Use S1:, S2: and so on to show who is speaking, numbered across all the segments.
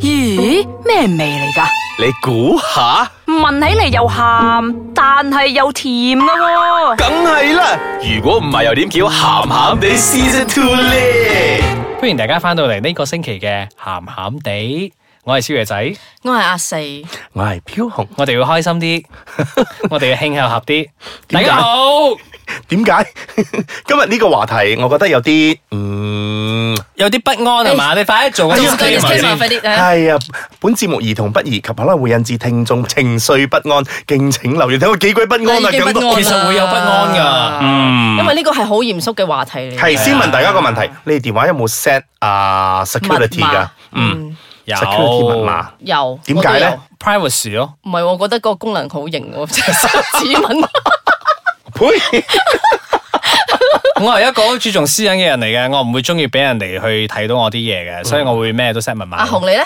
S1: 咦，咩味嚟噶？
S2: 你估下，
S1: 聞起嚟又鹹，但係又甜噶喎、
S2: 梗係啦！如果唔係又點叫鹹鹹地 Season Two 咧？
S3: 歡迎大家翻到嚟呢個星期嘅鹹鹹地，我係少爺仔，
S4: 我係阿四，
S2: 我係飄紅，
S3: 我哋要開心啲， 我哋要慶合合啲。
S2: 點
S3: 大
S2: 解
S3: 家好，
S2: 點解 今日呢個話題，我覺得有啲嗯。
S3: 有啲不安係嘛？你快啲做個
S4: 做個
S3: disclaimer 先
S4: disclaimer 快啲啊！
S2: 係啊，本節目兒童不宜及可能會引致聽眾 情緒不安，敬請留意。睇我幾鬼不安啊！
S4: 已經
S2: 咁
S4: 不
S2: 多
S4: 安
S3: 其實會有不安㗎
S4: 嗯，因為呢個係好嚴肅嘅話題嚟。
S2: 係先問大家一個問題，你哋電話有冇 set 啊
S4: 密
S2: security
S4: 碼
S2: 噶？嗯
S3: 有
S2: ，security 密碼。
S4: 有
S2: 點解咧？
S3: privacy 咯，
S4: 我都有唔係，我覺得個功能好型喎， 即係 指紋。
S2: 呸！
S3: 我係一個好注重私隱嘅人嚟嘅，我唔會中意俾人哋去睇到我啲嘢嘅，所以我會咩都 set 密碼。
S4: 阿紅你咧？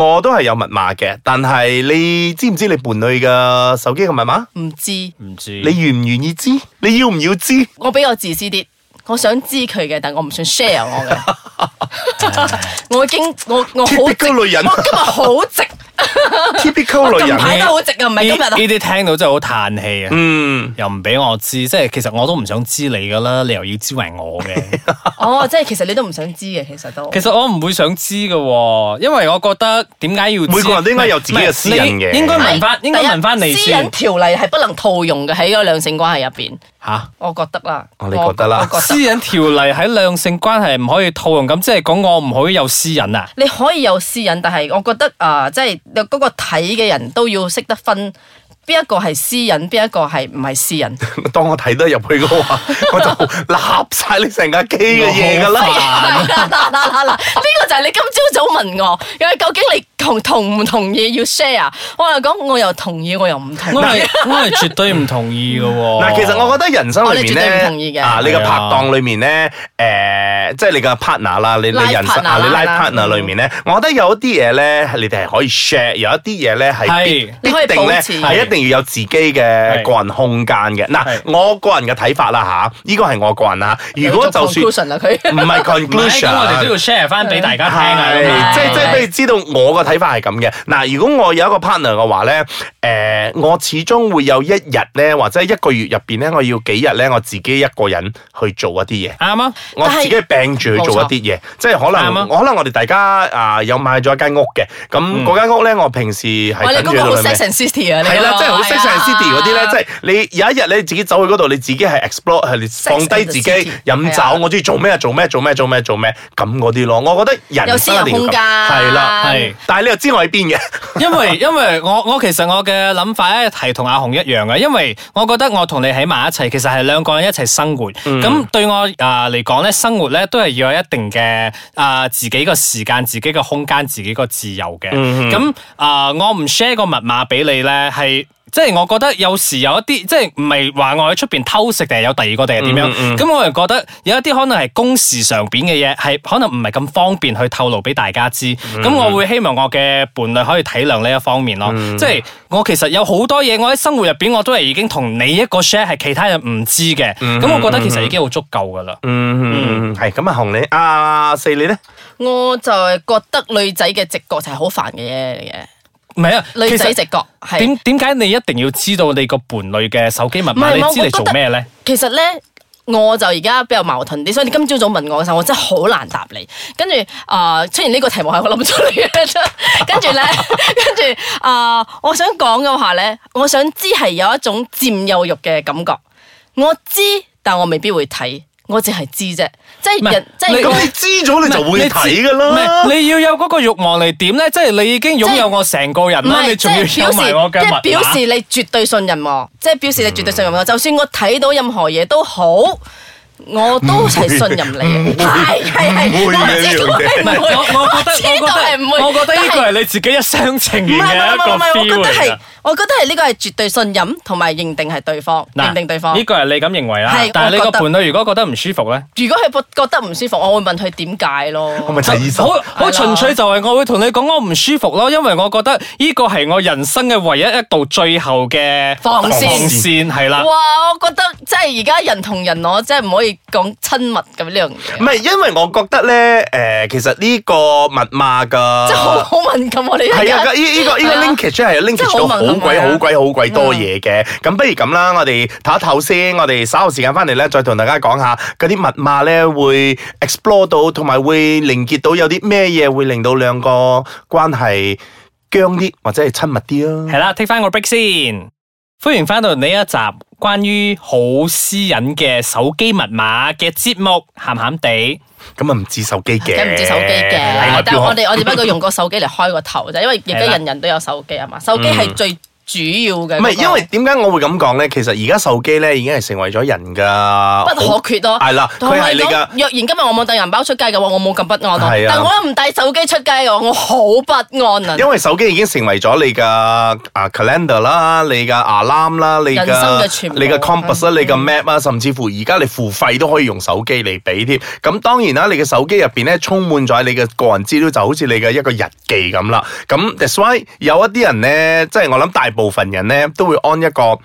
S2: 我都係有密碼嘅，但係你知唔知你伴侶嘅手機嘅密碼？
S4: 唔知，
S3: 唔知
S2: 你願唔願意知？你要唔要知？
S4: 我比較自私啲，我想知佢嘅，但我唔想 share 我嘅。 我已經我我好直，
S2: Typical 女 人
S4: 我今日好直，
S2: ，typical 女
S4: 近排
S2: 人。
S4: 都好直啊，唔係今日啊。
S3: 呢啲聽到真係好嘆氣啊！
S2: 嗯，
S3: 又唔俾我知，即係其實我都唔想知你噶啦，你又要知埋我嘅。
S4: 哦，即係其實你都唔想知嘅，其實都。
S3: 其實我唔會想知嘅喎，因為我覺得點解要知啊
S2: 每個人都應該有自己嘅私隱嘅
S3: 唔係你應該問翻，應該問翻
S4: 第
S3: 你
S4: 一私隱
S3: 先
S4: 條例係不能套用嘅喺嗰個兩性關係入邊，
S3: 嚇。
S4: 我覺得啦。
S2: 哦你覺得啦
S4: 我我覺
S3: 私隱條例喺兩性關係唔可以套用，咁即係講我唔可以有私隱啊？
S4: 你可以有私隱，但係我覺得啊、即係有嗰個睇嘅人都要識得分邊一個係私隱，邊一個係唔係私 隱。
S2: 當我睇得入去嘅 話，我就立晒你成架機嘅嘢噶
S3: 我好煩
S2: 啦。
S4: 嗱嗱嗱嗱嗱，呢個就係你今朝早問我，佢究竟你同同唔同意要 share？我又講我又同意，我又唔同
S3: 我
S4: 意。
S3: 係我係絕對唔同意嘅喎。
S2: 嗱，其實我覺得人生裏面
S4: 我哋絕對唔同
S2: 咧
S4: 意，嘅
S2: 啊，你嘅
S3: 係啊
S2: 拍檔裏面咧，誒，即係你嘅 partner 啦，你你
S4: Life
S2: 人生
S4: partner
S2: 啊，你
S4: 啦
S2: life
S4: 係啦
S2: partner 裏面咧，我覺得有一啲嘢咧，你哋係可以 share，有一啲嘢咧係必
S3: 係
S4: 你可以
S2: 必定咧
S4: 保持
S2: 係一定要有自己嘅個人空間嘅。嗱
S3: 係，
S2: 我個人嘅睇法啦吓，呢個係我個人啦。如果就算
S4: conclusion 啦，佢
S2: 唔係
S3: 唔係咁，我哋都
S2: conclusion
S3: 要。share 翻俾大家聽啊。咁
S2: 係，
S3: 樣
S2: 即係即係
S4: 係
S2: 俾你知道我個睇法係咁嘅。嗱，如果我有一個 partner 嘅話咧，誒、我始終會有一日咧，或者一個月入邊咧，我要幾日咧，我自己一個人去做一啲嘢。
S3: 啱啊！
S2: 我自己病住去做一啲嘢，即係可
S3: 啱
S2: 能
S3: 啊嗯
S2: 我可能我哋大家啊有買咗一間屋嘅，咁嗰間屋咧，我平時
S4: 哇！你
S2: 係
S4: 嗰
S2: 等
S4: 個
S2: 住
S4: 好
S2: 佢
S4: sex
S2: 咩？
S4: and city 啊，你
S2: 係
S4: 嗰
S2: 啦，
S4: 個
S2: 即係好 sex and city 嗰啲
S4: 係
S2: 咧，
S4: 啊
S2: 即係你有一日你自己走去嗰度，你自己係 explore，係你放
S4: and
S2: 低自
S4: the city，
S2: 己飲
S4: 係啊
S2: 酒，我中意做咩做咩做咩做咩做咩咁嗰啲咯。我覺得人
S4: 有私
S2: 生一
S4: 人
S2: 定要
S4: 空
S2: 咁，
S4: 間，
S2: 係啦。嗯
S3: 係
S2: 但係你又知我喺邊嘅，
S3: 因為因為我我其實我嘅諗法咧係同阿紅一樣嘅，因為我覺得我同你喺埋一齊，其實係兩個人一齊生活。咁、對我啊嚟講咧，生活咧都係要有一定嘅啊、自己個時間、自己個空間、自己個自由嘅。咁啊、我唔 share 個密碼俾你咧，係。即係我覺得有時有一啲，即係唔係話我喺出邊偷食定係有第二個定係點樣？咁、我又覺得有一啲可能係公事上邊嘅嘢，係可能唔係咁方便去透露俾大家知。咁、我會希望我嘅伴侶可以體諒呢一方面咯。即係我其實有好多嘢，我喺生活入邊我都係已經同你一個 share，係其他人唔知嘅。咁、我覺得其實已經好足夠噶啦。
S2: 嗯，係咁啊，紅你啊，四你咧，
S4: 我就係覺得女仔嘅直覺就係好煩嘅嘢嚟嘅，
S3: 唔係啊，
S4: 女仔
S3: 其實
S4: 直覺係
S3: 點點解你一定要知道你個伴侶嘅手機密
S4: 唔
S3: 碼？
S4: 係
S3: 你
S4: 我
S3: 知嚟
S4: 覺
S3: 做
S4: 得
S3: 咩咧？
S4: 其實咧。我就而家比較矛盾啲，所以你今朝早問我嘅時候，我真係好難答你。跟住啊，出現呢個題目係我諗出嚟 嘅，跟住咧，跟住啊，呃我想講嘅話咧，我想知係有一種佔有欲嘅感覺。我知，但我未必會睇，我淨係知啫。即
S3: 唔係
S4: 係人，即
S3: 你
S4: 係
S2: 咁你知咗你就會睇噶
S3: 唔
S2: 啦。
S3: 係你要有嗰個欲望嚟點咧？即係你已經擁有我成個人
S4: 唔
S3: 啦，
S4: 係
S3: 啊你仲要
S4: 即係表
S3: 有埋
S4: 示
S3: 我嘅
S4: 即
S3: 密
S4: 係表示
S3: 碼。嗯
S4: 你絕對信任我，即係表示你絕對信任我。就算我睇到任何嘢都好，我都係信任你嘅。係係係，
S2: 唔會
S4: 我
S2: 嘅呢
S4: 知
S2: 樣
S4: 道
S2: 嘢
S3: 唔係
S4: 係
S3: 我，我覺得
S4: 知道係唔會
S3: 我覺得我覺得呢個
S4: 但係
S3: 係你自己一廂情
S4: 唔係唔
S3: 願嘅
S4: 係
S3: 一個
S4: 唔係，我
S3: feel
S4: 覺得
S3: 嚟
S4: 係
S3: 㗎。
S4: 我覺得係呢個係絕對信任同埋認定係對方，
S3: 嗱
S4: 認定對方
S3: 呢。個係你咁認為啦
S4: 係，
S3: 但係你個
S4: 我覺得
S3: 伴侶如果覺得唔舒服咧，
S4: 如果佢覺得唔舒服，我會問佢點解咯。
S2: 我咪就係醫生
S3: 好。好純粹就係我會同你講我唔舒服咯，因為我覺得呢個係我人生嘅唯一一道最後嘅
S4: 防線
S3: 防線係啦。
S4: 哇！我覺得即係而家人同人，我真係唔可以講親密咁呢樣嘢
S2: 唔，係，因為我覺得咧，誒、其實呢個密碼噶，
S4: 即係好好敏感我哋而
S2: 啊係
S4: 家
S2: 啊，呢呢個呢個
S4: 係啊
S2: linkage 真係 linkage 到
S4: 真係好敏感
S2: 好鬼
S4: 啊
S2: 好鬼好鬼多嘢嘅。咁不如咁啦，我哋唞一唞先，我哋稍後時間翻嚟咧，再同大家講下嗰啲密碼咧會 explore 到，同埋會連結到有啲咩嘢會令到兩個關係僵啲或者係親密
S4: 嗯
S2: 啲啊。
S3: 係啦，take 翻個 break 先。歡迎翻到呢一集關於好私隱嘅手機密碼嘅節目，鹹鹹地。
S2: 咁啊唔止手機嘅，
S4: 梗唔止手機
S2: 係
S4: 嘅
S2: 咪，
S4: 但係我
S2: 邊
S4: 哋我哋不過用個手機嚟開個頭啫，因為
S3: 係
S4: 而家
S3: 啦
S4: 人人都有手機啊嘛，手機係最主要嘅嗰個，
S2: 嗯唔係，因為點解我會咁講咧？其實而家手機咧已經係成為咗人噶
S4: 不可缺咯。
S2: 係啦，
S4: 同
S2: 佢
S4: 埋
S2: 係你
S4: 講
S2: 噶。
S4: 若然今日我冇帶銀包出街嘅話，我冇咁不安咯。
S2: 係啊
S4: 但我都唔帶手機出街嘅話，我好不安啊！
S2: 因為手機已經成為咗你嘅啊 calendar 啦，你嘅 alarm 啦，你
S4: 人生嘅全部嗯
S2: 你嘅 compass 啦，你嘅 map 啊，甚至乎而家你付費都可以用手機嚟俾添。咁當然啦，你嘅手機入邊咧充滿咗你嘅個人資料，就好似你嘅一個日記咁啦。咁 that's why 有一啲人咧，即係我諗大部分人咧都會安一個。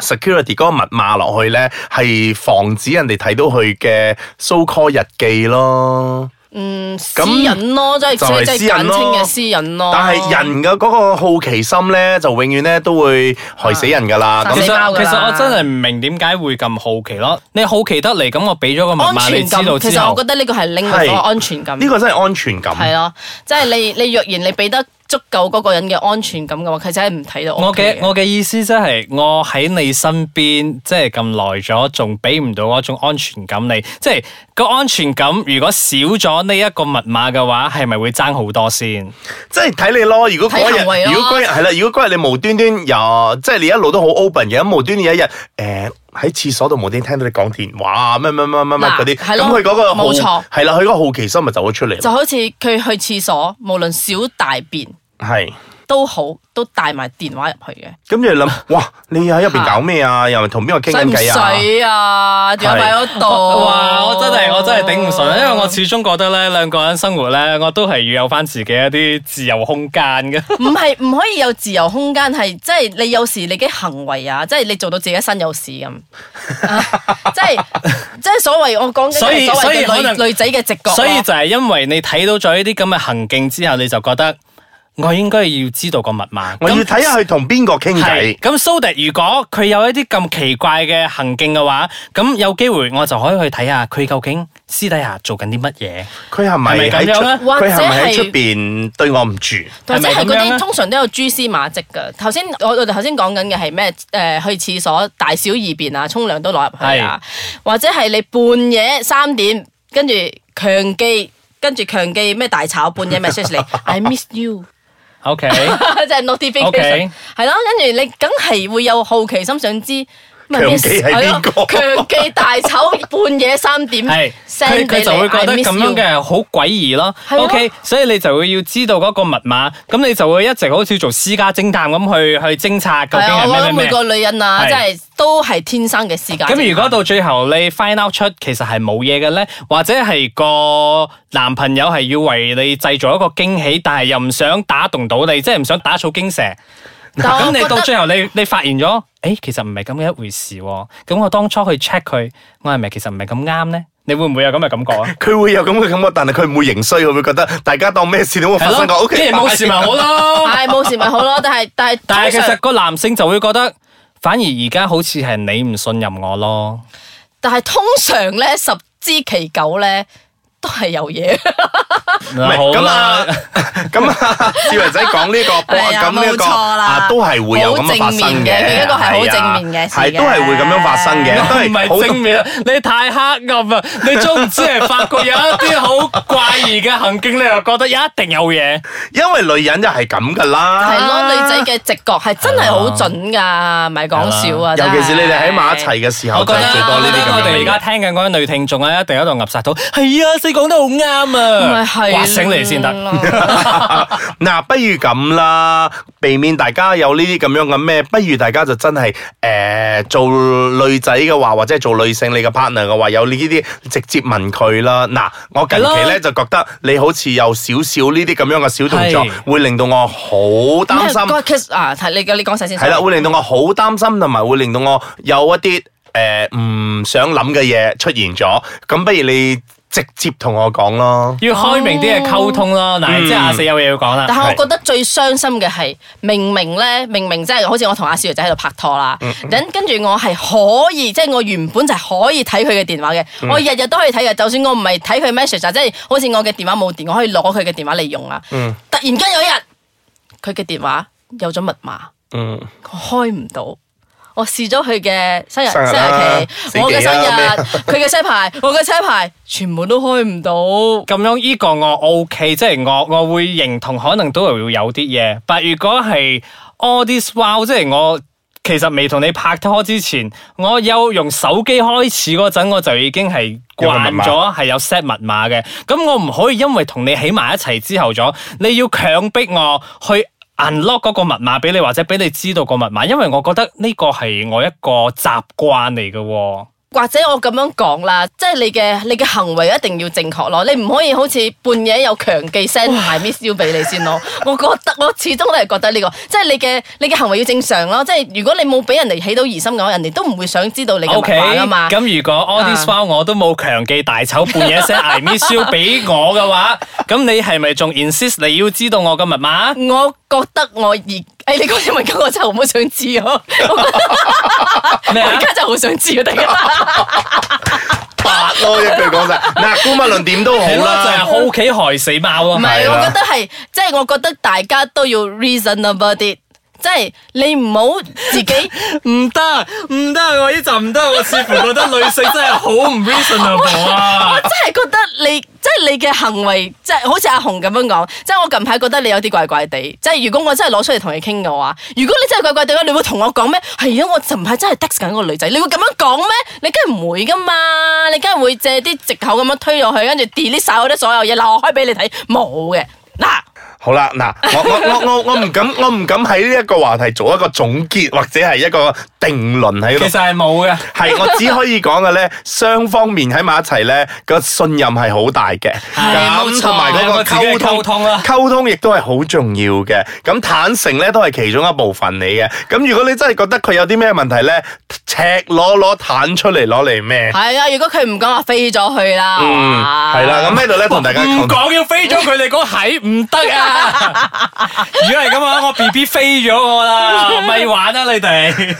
S2: security 嗰個密碼落去咧，係防止人哋睇到佢嘅 so call 日記咯。
S4: 嗯，私
S2: 咁
S4: 隱咯，即係
S2: 就係
S4: 所以即係簡稱嘅私隱咯。
S2: 但係人嘅嗰個好奇心咧，就永遠咧都會害死人㗎啦。
S4: 啊
S2: 咁
S3: 其
S4: 死貓
S3: 實
S4: 㗎
S3: 其
S4: 啦
S3: 實我真係唔明點解會咁好奇咯。你好奇得嚟，咁我俾咗個密
S4: 安
S3: 碼你
S4: 全感，
S3: 知道
S4: 其
S3: 之
S4: 實我
S3: 後
S4: 覺，得呢個係另
S2: 係
S4: 外一個安全感。
S2: 呢個真係安全感。
S4: 係啊咯，即係你你若然你俾得足夠嗰個人嘅安全感嘅話，佢真係唔睇到
S3: 我嘅
S4: OK
S3: 我嘅意思即係我喺你身邊，即係咁耐咗，仲俾唔到嗰種安全感你，即係個安全感如果少咗呢一個密碼嘅話，係咪會爭好多先？
S2: 即係睇你咯。如果嗰
S4: 睇行為
S2: 日，
S4: 咯
S2: 如果嗰日係啦，如果嗰日你無端端又即係你一路都好 open 嘅，咁無端端有一日誒喺廁所度無端端聽到你講電話乜乜乜乜乜
S4: 嗱
S2: 嗰啲，
S4: 係
S2: 咁
S4: 咯
S2: 佢嗰個好
S4: 冇錯
S2: 係啦，佢嗰個好奇心咪走咗出嚟
S4: 就
S2: 咯。
S4: 好似佢去廁所，無論小大便
S2: 係。
S4: 都好，都帶埋電話入去嘅，
S2: 咁你諗，哇！你喺入邊搞咩 啊？又咪同邊個傾
S4: 使
S2: 緊
S4: 唔
S2: 偈啊？
S4: 使啊？電話擺喺度，
S3: 哇！我真係我真係頂唔順啊啦，因為我始終覺得咧兩個人生活咧，我都係要有翻自己一啲自由空間嘅。
S4: 唔係唔可以有自由空間，係即係你有時你嘅行為啊，即係你做到自己身有 事咁，啊即係即係所謂我講緊
S3: 所以
S4: 係所
S3: 所以
S4: 謂
S3: 可能
S4: 嘅女女仔嘅直覺啊咯，
S3: 所以就係因為你睇到咗呢啲咁嘅行徑之後，你就覺得我應該要知道個密碼。
S2: 我要
S3: 咁
S2: 睇下佢同邊個傾
S3: 係
S2: 偈。
S3: 咁，so that 如果佢有一啲咁奇怪嘅行徑嘅話，咁有機會我就可以去睇下佢究竟私底下做緊啲乜嘢。
S2: 佢係咪
S3: 係咪咁
S2: 喺出
S3: 樣咧
S2: 佢係咪
S4: 或者
S2: 喺
S4: 係
S2: 出邊對我唔住？
S4: 或
S3: 係
S4: 者
S3: 咪
S4: 係
S3: 咁
S4: 嗰
S3: 樣咧
S4: 啲通常都有蛛絲馬跡㗎。頭先我我哋頭先講緊嘅係咩？誒、去廁所大小二便啊，沖涼都攞入去啊，或者係你半夜三點跟住強記，跟住強記咩大炒半夜 message 你，I miss you，
S3: OK，
S4: 即係 notification
S3: OK
S4: 係咯，跟住你梗係會有好奇心想知。咩
S2: 強記係邊個
S4: 係咯強記大炒半夜三 點
S3: 係佢
S4: send 俾
S3: 佢
S4: 你
S3: 就會覺得
S4: I miss
S3: 咁樣
S4: you
S3: 嘅好詭異咯。
S4: 係啊
S3: OK，所以你就會要知道嗰個密碼，咁你就會一直好似做私家偵探咁去去偵察究
S4: 係
S3: 竟
S4: 啊，
S3: 係
S4: 我
S3: 咩
S4: 覺
S3: 咩
S4: 得每
S3: 咩。
S4: 個女人啊，
S3: 係
S4: 真係都係天生嘅私家。
S3: 咁如果到最後你 find out 出其實係冇嘢嘅咧，或者係個男朋友係要為你製造一個驚喜，但係又唔想打動到你，即係唔想打草驚蛇。
S4: 但我
S3: 咁你
S4: 覺得
S3: 到最後你你發現咗，誒、其實唔係咁嘅一回事喎。咁我當初去 check 佢，我係咪其實唔係咁啱咧？你會唔會有咁嘅感覺啊？
S2: 佢會有咁嘅感覺，但係佢唔會認衰，佢會覺得大家當咩事都冇發生過。O 啊
S3: 既
S2: K，
S3: 然冇事咪好 咯。
S4: 系冇事咪好咯， 但系但系
S3: 但係其實
S4: 實，
S3: 個男性就會覺得，反而而家好似係你唔信任我咯。
S4: 但係通常咧十之其九咧都係有嘢，
S2: 唔係
S3: 好
S2: 咁
S3: 啦
S2: 啊，咁 啊，志雲仔講呢個波，
S4: 係啊
S2: 咁呢
S4: 冇
S2: 個
S4: 錯啦
S2: 啊，都係會有咁嘅發生
S4: 好正面
S2: 嘅。
S4: 嘅佢一個係好
S2: 啊
S4: 正面嘅事嘅
S2: 係都係會咁樣發生 嘅，都
S3: 唔
S2: 係好
S3: 係正面，啊你太黑暗啊！你總唔知係發覺有一啲好怪異嘅行徑，你又覺得一定有嘢。
S2: 因為女人就係咁噶
S3: 啊
S2: 啦。
S4: 係咯，女仔嘅直覺係真係好準㗎，咪講笑啊！
S2: 尤其是你哋喺埋
S4: 馬
S2: 一齊嘅時
S3: 我
S2: 候，
S3: 覺
S2: 就
S3: 得
S2: 係最多呢啲
S3: 我
S2: 咁
S3: 哋而
S2: 樣
S3: 家
S2: 嘅嘢。
S3: 聽緊嗰啲女聽眾咧，一定喺度岌晒肚。係啊，你講得好啱啊！
S4: 咪係
S3: 哇醒你先得。
S4: 得。
S2: 嗱，不如咁啦，避免大家有呢啲咁樣嘅咩，不如大家就真係诶、呃做女仔嘅話，或者係做女性你嘅 partner 嘅話，有呢啲直接問佢啦。嗱，我近期咧就覺得你好似有少少呢啲咁樣嘅小動作
S3: 係，
S2: 會令到我好擔心。
S4: 個 kiss 啊，睇你你講晒先。
S2: 係啦，會令到我好擔心，同埋會令到我有一啲诶唔想諗嘅嘢出現咗。咁不如你直接同我講咯。
S3: 要開明啲嘅溝通咯。嗱，
S2: 嗯
S3: 即係阿四有嘢要講啦。
S4: 但係
S2: 啊係
S4: 我覺得最傷心嘅係，明明咧，明明即係好似我同阿小姐喺度拍拖啦，
S2: 嗯
S4: 咁跟住我係可以，即係我原本就係可以睇佢嘅電話嘅，
S2: 嗯
S4: 我日日都可以睇嘅，就算我唔係睇佢 message 啊，即係好似我嘅電話冇電，我可以攞佢嘅電話嚟用啊。
S2: 嗯
S4: 突然間有一日，佢嘅電話有咗密碼，
S2: 嗯。
S4: 我開唔到。我試咗佢嘅生日、
S2: 生
S4: 生
S2: 日
S4: 日
S2: 啦死
S4: 期，我嘅
S2: 記
S4: 生
S2: 啦
S4: 日
S2: 咩，
S4: 佢嘅車牌，我嘅車牌，全部都開唔到。
S3: 咁樣呢個我 OK，即係我我會認同，可能都係會有啲嘢。但如果係 all this while，即係我其實未同你拍拖之前，我有用手機開始嗰陣，我就已經係慣咗係有 set 密碼嘅。咁我唔可以因為同你喺埋一齊之後咗，你要強迫我去。unlock 嗰個密碼俾你，或者俾你知道個密碼，因為我覺得呢個係我一個習慣嚟嘅喎。
S4: 或者我咁樣講啦，即係你嘅你嘅行為一定要正確咯，你唔可以好似半夜有強記 send 埋 miss you 俾你先咯。我覺得我始終都係覺得呢、個，即係你嘅你嘅行為要正常咯。即係如果你冇俾人哋起到疑心嘅話，人哋都唔會想知道你嘅
S3: O
S4: 密
S3: K，
S4: 碼啊嘛。
S3: 咁如果 all this while 我都冇強記大丑半夜 send I miss you 俾我嘅話，咁你係咪仲 insist 你要知道我嘅密碼？
S4: 我覺得我而誒、哎你嗰啲問緊我真係好想知咯，
S3: 咩
S4: 我
S3: 啊
S4: 而？家就好想知啊！大家
S2: 八咯，一句講晒。嗱，姑勿論點都好
S3: 係咯，就係
S2: 啦。
S3: 好奇害死貓啊咯
S4: 唔。
S2: 係
S4: 係，
S2: 啦
S4: 我覺得係即係我覺得大家都要 reasonable 啲，即係你唔好自己。
S3: 唔得，唔得，我呢集唔得，我似乎覺得女性真係好唔 reasonable 啊
S4: 我！真係覺得你，即係你嘅行為，即係好似阿紅咁樣講，即係我近排覺得你有啲怪怪地。即係如果我真係攞出嚟同你傾嘅話，如果你真係怪怪地嘅話，你會同我講咩？係啊，我近排真係 text 緊個女仔，你會咁樣講咩？你梗係唔會噶嘛，你梗係會借啲藉口咁樣推落去，跟住 delete 晒我啲所有嘢，嗱我開俾你睇，冇嘅嗱。
S2: 好啦，嗱，我我我我我唔敢，我唔敢喺呢一個話題做一個總結或者係一個定論喺
S3: 其
S2: 度
S3: 實。係冇嘅。
S2: 係，我只可以講嘅咧，雙方面喺埋一齊咧，個信任係好大嘅。
S4: 冇錯
S2: 咁同埋嗰個
S3: 兩個字嘅
S2: 溝通，
S3: 溝通啦
S2: 溝通亦都係好重要嘅。咁坦誠咧都係其中一部分嚟嘅。咁如果你真係覺得佢有啲咩問題咧，赤裸裸坦出嚟攞嚟咩？
S4: 係啊，如果佢唔講，我飛咗去啦。
S2: 嗯，
S4: 哇
S2: 係啦。咁喺度咧同大家
S3: 唔
S2: 講。
S3: 講要飛咗佢哋嗰蟹唔得啊！ 如果係咁嘅話，我 B B 飛咗我 啦，咪玩啊你哋！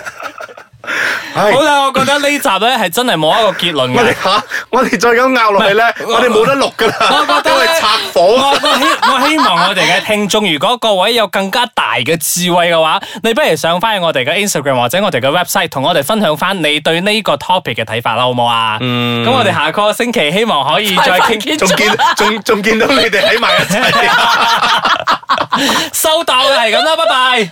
S2: 唉
S3: 好啦，我覺得呢集咧係真係冇一個結論
S2: 我哋
S3: 嘅。
S2: 吓，我哋再咁拗落去咧，
S3: 唔係
S2: 我哋冇得錄噶
S3: 我
S2: 啦，
S3: 覺得
S2: 因為
S3: 呢
S2: 拆
S3: 我
S2: 火。
S3: 我希 我希望我哋嘅聽眾，如果各位有更加大嘅智慧嘅話，你不如上翻去我哋嘅 Instagram 或者我哋嘅 website，同我哋分享翻你對呢個 topic 嘅睇法啦，好唔好啊？嗯。咁我哋下個星期希望可以再
S4: 快快
S3: 傾
S4: 結
S2: 仲見仲仲見到你哋喺埋一齊。
S3: 收到嘅係咁啦，拜拜。